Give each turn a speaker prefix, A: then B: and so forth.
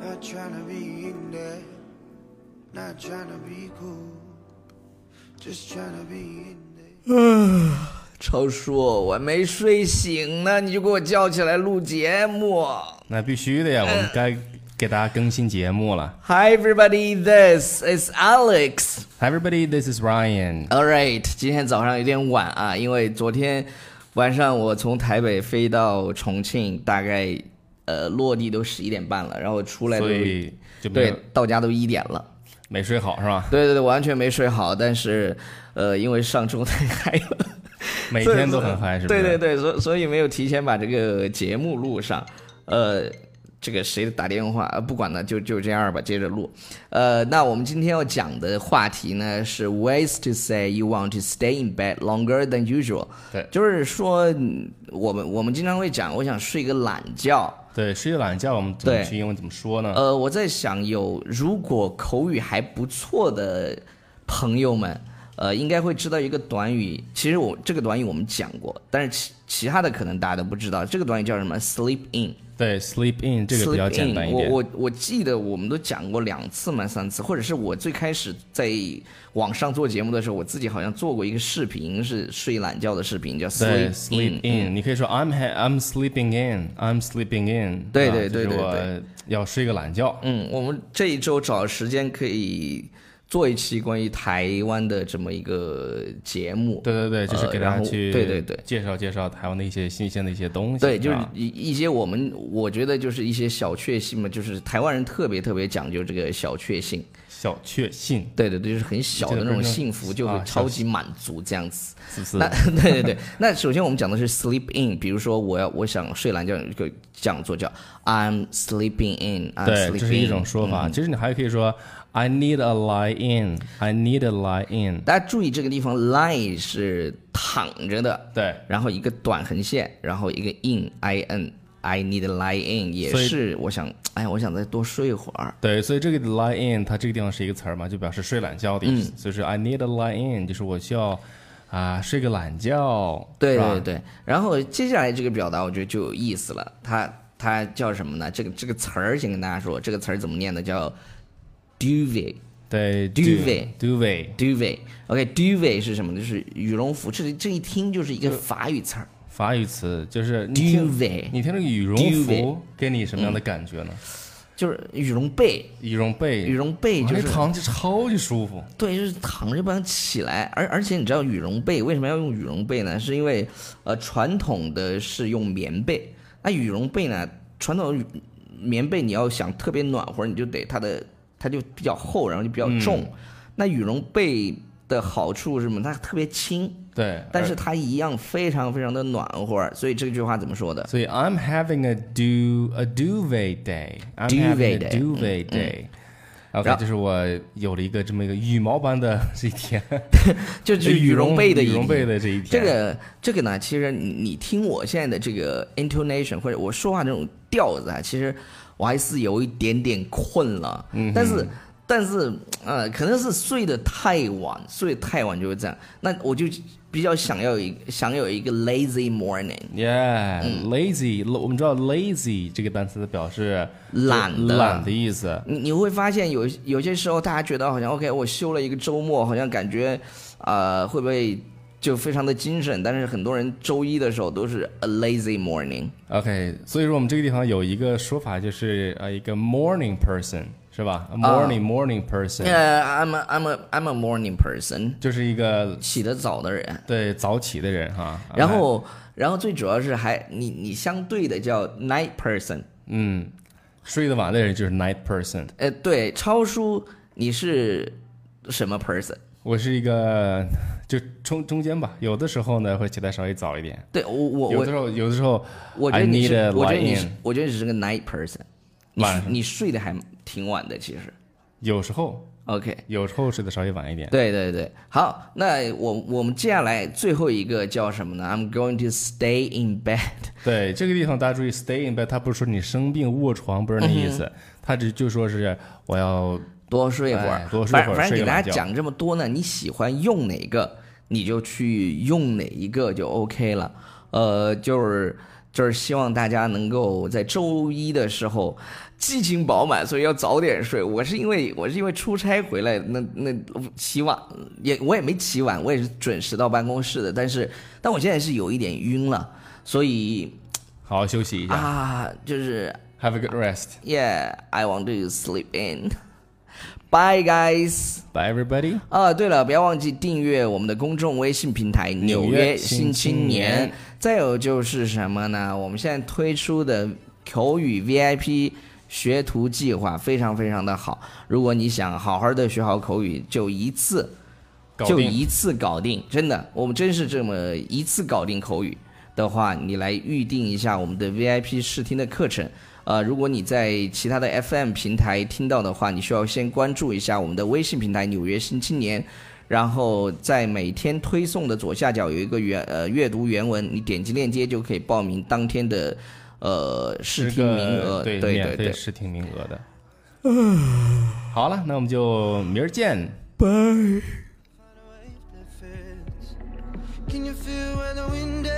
A: Not trying to be in there, not trying to be cool, just trying to be in there.
B: 超叔，我没睡醒呢，你就给我叫起来录节目。
C: 那必须的呀，我们该
B: 嗯
C: 给大家更新节目了。
B: Hi everybody, this is Alex.
C: Hi everybody, this is Ryan。
B: All right，今天早上有点晚啊，因为昨天晚上我从台北飞到重庆，大概呃落地都十一点半了，然后出来都
C: 所以就没
B: 对
C: 有
B: 到家都一点了。
C: 没睡好是吧？
B: 对对对，完全没睡好，但是呃，因为上周太嗨了。
C: 每天都很嗨，是不是？
B: 对对对，所所以没有提前把这个节目录上，呃，这个谁打电话，呃不管了，就就这样吧，接着录。呃，那我们今天要讲的话题呢是 ways to say you want to stay in bed longer than usual，
C: 对
B: 就是说嗯我们我们经常会讲，我想睡个懒觉。
C: 对，睡个懒觉，我们怎么
B: 对
C: 去英文怎么说呢？
B: 呃，我在想有如果口语还不错的朋友们，呃，应该会知道一个短语。其实我这个短语我们讲过，但是其其他的可能大家都不知道。这个短语叫什么？sleep in。
C: 对，sleep in 这个比较
B: sleep
C: 简单
B: in。
C: 一
B: 我
C: 点。
B: 我我记得我们都讲过两次嘛，三次，或者是我最开始在网上做节目的时候，我自己好像做过一个视频，是睡懒觉的视频，叫 sleep
C: 对
B: 嗯
C: ，sleep in，你可以说 I'm ha- I'm sleeping in，I'm sleeping in 啊。
B: 对对对
C: 就
B: 对
C: 是我要睡个懒觉。
B: 嗯，我们这一周找时间可以做一期关于台湾的这么一个节目。
C: 对对对，就是
B: 呃
C: 给
B: 然
C: 大家
B: 后
C: 去
B: 对对对
C: 介绍介绍台湾的一些新鲜的一些东西。
B: 对，就是
C: 吧
B: 一一些我们我觉得就是一些小确幸嘛，就是台湾人特别特别讲究这个小确幸。
C: 小确幸，
B: 对对对，就是很小的那种幸福，
C: 这
B: 就
C: 个不
B: 会
C: 是
B: 超级满足这样子。
C: 是不是？
B: 那 对对对，那首先我们讲的是 sleep in，比如说我要我想睡懒觉，你就这样做叫 I'm sleeping in，I'm
C: 对，
B: 啊 sleeping。嗯
C: 这是一种说法。其实你还可以说 I need a lie in, I need a lie in。
B: 大家注意这个地方，lie 是躺着的，
C: 对，
B: 然后一个短横线，然后一个 in i n I need to lie in 也
C: 所以
B: 是，我想，哎呀，我想再多睡一会儿。
C: 对，所以这个 lie in 它这个地方是一个词儿嘛，就表示睡懒觉的意
B: 嗯
C: 思。所以说 I need a lie in 就是我需要啊睡个懒觉，
B: 对
C: 是吧
B: 对对，然后接下来这个表达我觉得就有意思了，它它叫什么呢？这个这个词儿先跟大家说，这个词儿怎么念呢？叫 duvet
C: 对
B: duvet
C: duvet
B: duvet。OK duvet 是什么呢？就是羽绒服，这这一听就是一个法语词儿
C: 法语词就是你听
B: duvet，
C: 你听这个羽绒
B: duvet 嗯
C: 服给你什么样的感觉呢？
B: 就是羽绒被，
C: 羽绒被，
B: 羽绒被
C: 哇
B: 就
C: 那
B: 是
C: 躺着超级舒服。
B: 对，就是躺着不想起来，而而且你知道羽绒被为什么要用羽绒被呢？是因为呃传统的是用棉被，那羽绒被呢，传统的羽棉被你要想特别暖和，你就得它的它就比较厚，然后就比较重。那羽绒被的好处是什么？它特别轻，
C: 对，
B: 但是
C: 而
B: 它一样非常非常的暖和。所以这句话怎么说的？
C: 所以 I'm having a do a duvet day. I'm having
B: Duvet
C: a
B: day，嗯
C: duvet day. OK，
B: 然后
C: 就是我有了一个这么一个羽毛般的这一天，
B: 就就是羽绒被的
C: 羽
B: 意
C: 绒
B: 义
C: 被的这一天。
B: 这个这个呢，其实你你听我现在的这个 intonation 或者我说话这种调子啊，其实我还是有一点点困了。嗯，但是但是呃，可能是睡得太晚，睡得太晚就会这样。那我就比较想要一想有一个 lazy morning，嗯
C: Yeah，lazy，、我们知道 lazy 这个单词表示
B: 懒的
C: 懒的意思。
B: 你你会发现有有些时候，大家觉得好像 OK，我休了一个周末，好像感觉，呃，会不会就非常的精神？但是很多人周一的时候都是 a lazy morning。
C: OK，所以说我们这个地方有一个说法，就是呃一个 morning person 是吧？a
B: 啊
C: morning、morning person、
B: 呃、i m a I'm a I'm a morning person，
C: 就是一个
B: 起得早的人。
C: 对早起的人哈。
B: 然后，然后最主要是还你你相对的叫 night person。
C: 嗯，睡得晚的人就是 night person。
B: 呃，对，超叔你是什么 person？
C: 我是一个 就中中间吧，有的时候呢会起来稍微早一点，
B: 对我我
C: 有的
B: 我
C: 时候有的时候
B: 我觉
C: I
B: 得你
C: need
B: 是
C: a
B: 我觉得你
C: lie
B: 是
C: in
B: 我觉得你是个 night person，你
C: 晚上
B: 你睡得还挺晚的其实。
C: 有时候
B: OK，
C: 有时候睡得稍微晚一点。
B: 对对对，好，那我我们接下来最后一个叫什么呢？I'm going to stay in bed。
C: 对这个地方大家注意，stay in bed，它不是说你生病卧床，不是那意
B: 嗯
C: 思，它只就说是我要
B: 多睡一会儿
C: 哎，多睡
B: 反
C: 一会儿
B: 反正
C: 睡
B: 给
C: 个
B: 大
C: 懒
B: 家
C: 觉
B: 讲这么多呢，你喜欢用哪个，你就去用哪一个就 OK 了。呃，就是就是希望大家能够在周一的时候激情饱满，所以要早点睡。我是因为我是因为出差回来，那那起晚也我也没起晚，我也是准时到办公室的。但是，但我现在是有一点晕了，所以
C: 好好休息一下、
B: 啊，就是
C: h a v e a good rest.
B: Yeah，I want to sleep in. Bye, guys.
C: Bye, everybody.
B: 啊，对了，不要忘记订阅我们的公众微信平台《
C: 纽
B: 纽
C: 约
B: 约
C: 新
B: 新
C: 青
B: 青
C: 年
B: 年》。再有就是什么呢？我们现在推出的口语 VIP 学徒计划非常非常的好。如果你想好好的学好口语，就一次
C: 搞
B: 就
C: 定
B: 一次搞定，真的，我们真是这么一次搞定口语的话，你来预定一下我们的 VIP 试听的课程。呃，如果你在其他的 FM 平台听到的话，你需要先关注一下我们的微信平台《纽约新青年》，然后在每天推送的左下角有一个原呃阅读原文，你点击链接就可以报名当天的呃试
C: 是
B: 听
C: 个
B: 名额。
C: 对
B: 对
C: 免
B: 对
C: 费
B: 对，
C: 试听名额的。好了，那我们就明儿见。
A: Can you feel where the wind is?